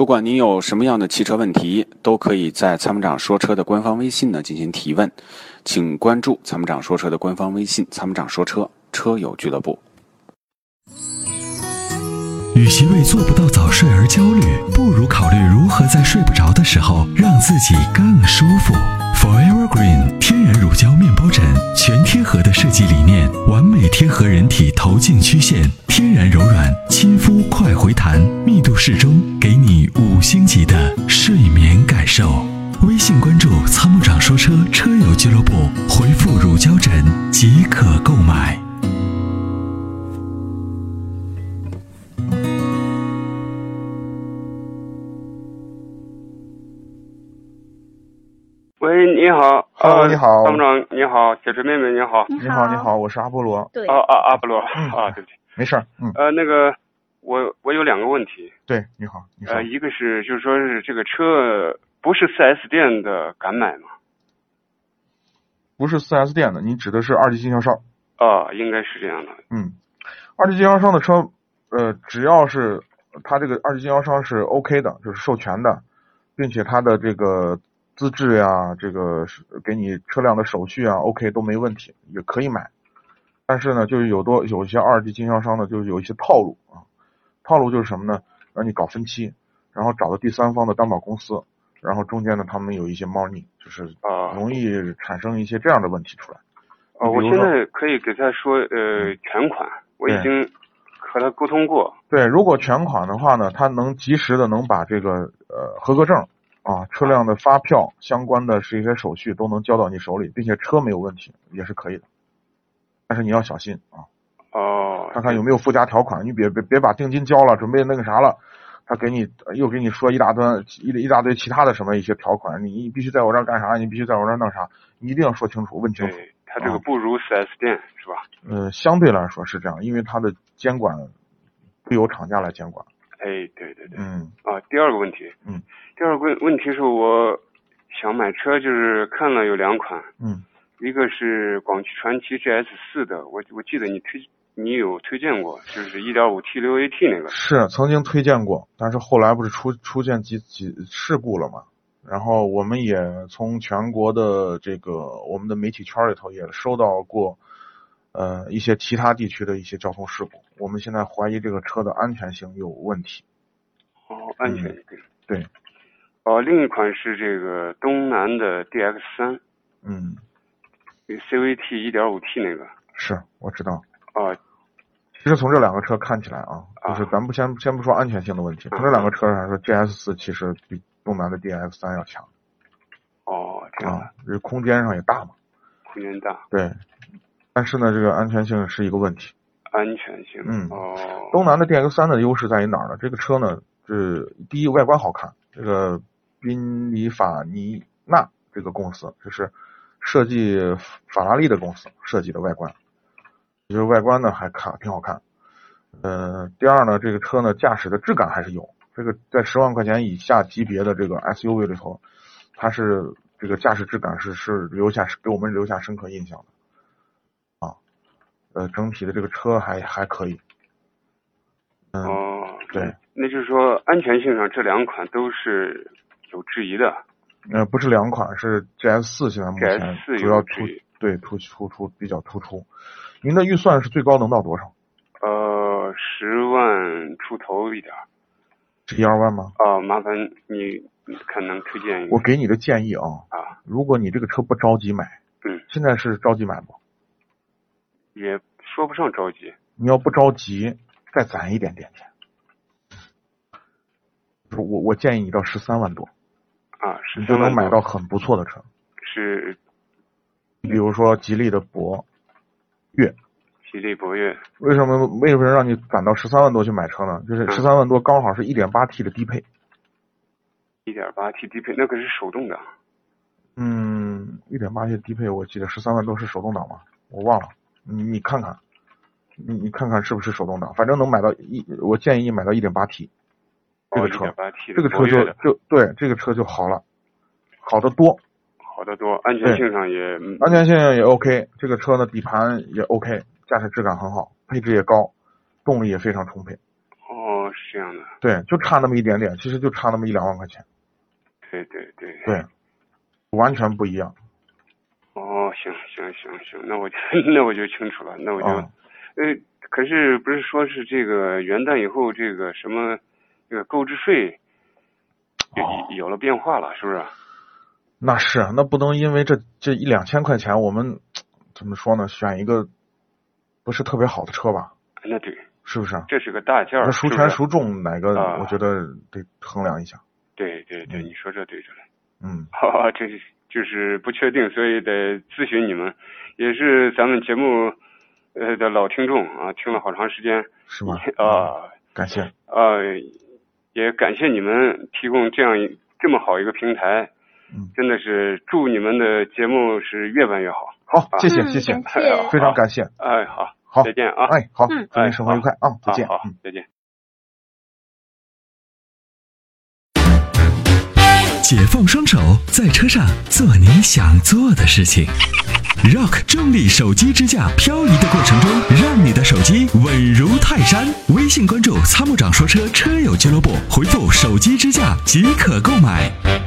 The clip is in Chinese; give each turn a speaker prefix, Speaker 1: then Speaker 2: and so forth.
Speaker 1: 不管您有什么样的汽车问题，都可以在参谋长说车的官方微信呢进行提问，请关注参谋长说车的官方微信“参谋长说车车友俱乐部
Speaker 2: 与其为做不到早睡而焦虑，不如考虑如何在睡不着的时候让自己更舒服。Forever Green 天然乳胶面包枕，全贴合的设计理念，完美贴合人体头颈曲线，天然柔软，亲肤快回弹，密度适中，给你五星级的睡眠感受。微信关注“参谋长说车”车友俱乐部，回复“乳胶枕”即可购买。”。
Speaker 3: 喂，你好。
Speaker 4: Hello，
Speaker 3: 呃
Speaker 4: 啊你好
Speaker 3: 参谋长，你好，铁锤妹妹，你好。
Speaker 4: 你好，你。好，哦我是阿波罗。
Speaker 5: 对，
Speaker 3: 啊啊，阿布罗
Speaker 4: 嗯
Speaker 3: 啊，对不起。
Speaker 4: 没事儿，嗯，
Speaker 3: 呃，那个，我我有两个问题，
Speaker 4: 对，你好，你说
Speaker 3: 呃，一个是就是说是这个车不是 4S 店的，敢买吗？
Speaker 4: 不是 4S 店的，你指的是二级经销商。
Speaker 3: 啊，应该是这样的。
Speaker 4: 嗯，二级经销商的车，呃，只要是它这个二级经销商是 OK 的，就是授权的，并且它的这个资质呀、这个是给你车辆的手续啊，OK 都没问题，也可以买。但是呢，就是有多有一些二级经销商呢，就是有一些套路啊，套路就是什么呢？让你搞分期，然后找到第三方的担保公司，然后中间呢，他们有一些猫腻，就是
Speaker 3: 啊
Speaker 4: 容易产生一些这样的问题出来。
Speaker 3: 啊，
Speaker 4: 你
Speaker 3: 我
Speaker 4: 比如
Speaker 3: 现
Speaker 4: 说
Speaker 3: 在可以给他说，呃，全款，我已
Speaker 4: 对
Speaker 3: 经和他沟通过。
Speaker 4: 对，如果全款的话呢，它能及时的能把这个呃合格证啊、车辆的发票相关的是一些手续都能交到你手里，并且车没有问题，也是可以的。但是你要小心啊，
Speaker 3: 哦，
Speaker 4: 看看有没有附加条款，你别别别把定金交了，准备那个啥了，他给你呃又给你说一大堆一一大堆其他的什么一些条款，你你必须在我这儿干啥，你必须在我这儿弄啥，你一定要说清楚，问清楚。
Speaker 3: 对，他这个
Speaker 4: 啊
Speaker 3: 不如 4S 店是吧？
Speaker 4: 呃，相对来说是这样，因为它的监管不由厂家来监管。
Speaker 3: 哎，对对对。
Speaker 4: 嗯
Speaker 3: 啊，第二个问题，
Speaker 4: 嗯，
Speaker 3: 第二个问问题是我想买车，就是看了有两款，
Speaker 4: 嗯。
Speaker 3: 一个是广汽传祺 GS 四的，我我记得你推你有推荐过，就是1 5 T 6 AT 那个
Speaker 4: 是曾经推荐过，但是后来不是出出现几几事故了嘛？然后我们也从全国的这个我们的媒体圈里头也收到过，呃，一些其他地区的一些交通事故。我们现在怀疑这个车的安全性有问题。
Speaker 3: 哦，安全对、
Speaker 4: 嗯对。
Speaker 3: 哦，另一款是这个东南的 DX 三
Speaker 4: 嗯，
Speaker 3: CVT 1 5 T 那个
Speaker 4: 是我知道。
Speaker 3: 啊，
Speaker 4: 其实从这两个车看起来啊，
Speaker 3: 啊
Speaker 4: 就是咱不先先不说安全性的问题，从这两个车上来说，GS 四其实比东南的 DX 三要强
Speaker 3: 哦，这样的、
Speaker 4: 啊，这空间上也大嘛。
Speaker 3: 空间大，
Speaker 4: 对，但是呢，这个安全性是一个问题。
Speaker 3: 安全性，
Speaker 4: 嗯
Speaker 3: 哦，
Speaker 4: 东南的 DX 三的优势在于哪儿呢？这个车呢，是第一外观好看，这个宾尼法尼纳这个公司，这是设计法拉利的公司设计的外观，就是外观呢还看挺好看。呃，第二呢，这个车呢驾驶的质感还是有，这个在十万块钱以下级别的这个 SUV 里头，它是这个驾驶质感是是留下给我们留下深刻印象的。呃，整体的这个车还还可以。嗯，
Speaker 3: 哦，
Speaker 4: 对，
Speaker 3: 那就是说安全性上这两款都是有质疑的。
Speaker 4: 呃，不是两款，是 GS 四现在目
Speaker 3: GS4
Speaker 4: 前主要
Speaker 3: 有
Speaker 4: 突
Speaker 3: 质疑
Speaker 4: 对突突出比较突出。您的预算是最高能到多少？
Speaker 3: 呃，十万出头一点儿
Speaker 4: 是一二万吗？
Speaker 3: 啊、麻烦你你看能推荐一个
Speaker 4: 我给你的建议啊，
Speaker 3: 啊，
Speaker 4: 如果你这个车不着急买，
Speaker 3: 嗯，
Speaker 4: 现在是着急买不？
Speaker 3: 也说不上着急。
Speaker 4: 你要不着急，再攒一点点钱。我我建议你到十三万多，
Speaker 3: 啊，十
Speaker 4: 你就
Speaker 3: 三万
Speaker 4: 能买
Speaker 3: 多
Speaker 4: 到很不错的车，
Speaker 3: 是
Speaker 4: 比如说吉利的博越，
Speaker 3: 吉利博越
Speaker 4: 为什么为什么让你攒到十三万多去买车呢？就是十三万多刚好是一点八 T 的低配，
Speaker 3: 一点八 T 低配，那可是手动挡
Speaker 4: 嗯，一点八 T 低配，我记得十三万多是手动挡吗？我忘了，你你看看，你你看看是不是手动挡？反正能买到一，我建议你买到一点八 T 这
Speaker 3: 哦，
Speaker 4: 个
Speaker 3: 一
Speaker 4: 车，
Speaker 3: 点八 T
Speaker 4: 这个车
Speaker 3: 博越
Speaker 4: 就
Speaker 3: 的
Speaker 4: 就对这个车就好了，好得多，
Speaker 3: 好得多，安全性上也嗯
Speaker 4: 安全性也 OK，这个车呢底盘也 OK，驾驶质感很好，配置也高，动力也非常充沛。
Speaker 3: 哦，是这样的。
Speaker 4: 对，就差那么一点点，其实就差那么一两万块钱，
Speaker 3: 对对对。
Speaker 4: 对，完全不一样。
Speaker 3: 哦，行行行行，那我就 那我就清楚了，那我就，
Speaker 4: 啊
Speaker 3: 呃，可是不是说是这个元旦以后这个什么这个购置税有、
Speaker 4: 哦
Speaker 3: 有了变化了，是啊不是？
Speaker 4: 那是啊，那不能因为这这一两千块钱，我们怎么说呢？选一个不是特别好的车吧，
Speaker 3: 那对，
Speaker 4: 是不是啊？
Speaker 3: 这是个大件
Speaker 4: 这
Speaker 3: 儿，是
Speaker 4: 孰
Speaker 3: 不啊
Speaker 4: 权
Speaker 3: 是
Speaker 4: 孰重，哪个
Speaker 3: 啊
Speaker 4: 我觉得得衡量一下。
Speaker 3: 对对对，
Speaker 4: 嗯
Speaker 3: 你说这对着了，
Speaker 4: 嗯，
Speaker 3: 哈哈，这是就是不确定，所以得咨询你们，也是咱们节目呃的老听众啊，听了好长时间
Speaker 4: 是吧？嗯，
Speaker 3: 啊。
Speaker 4: 感谢。
Speaker 3: 呃，也感谢你们提供这样一这么好一个平台，
Speaker 4: 嗯
Speaker 3: 真的是祝你们的节目是越办越好。
Speaker 4: 好，谢谢
Speaker 5: 嗯
Speaker 4: 谢谢，
Speaker 5: 感谢
Speaker 4: 非常感谢。
Speaker 3: 哎，好，
Speaker 4: 好
Speaker 3: 再见啊，
Speaker 4: 哎，好，
Speaker 5: 嗯
Speaker 4: 祝您生活愉快啊，再见。
Speaker 3: 好，好
Speaker 4: 嗯。
Speaker 3: 再见。
Speaker 2: 解放双手，在车上做你想做的事情。Rock 重力手机支架，漂移的过程中，让你的手机稳如泰山。微信关注“参谋长说车”车友俱乐部，回复“手机支架”即可购买。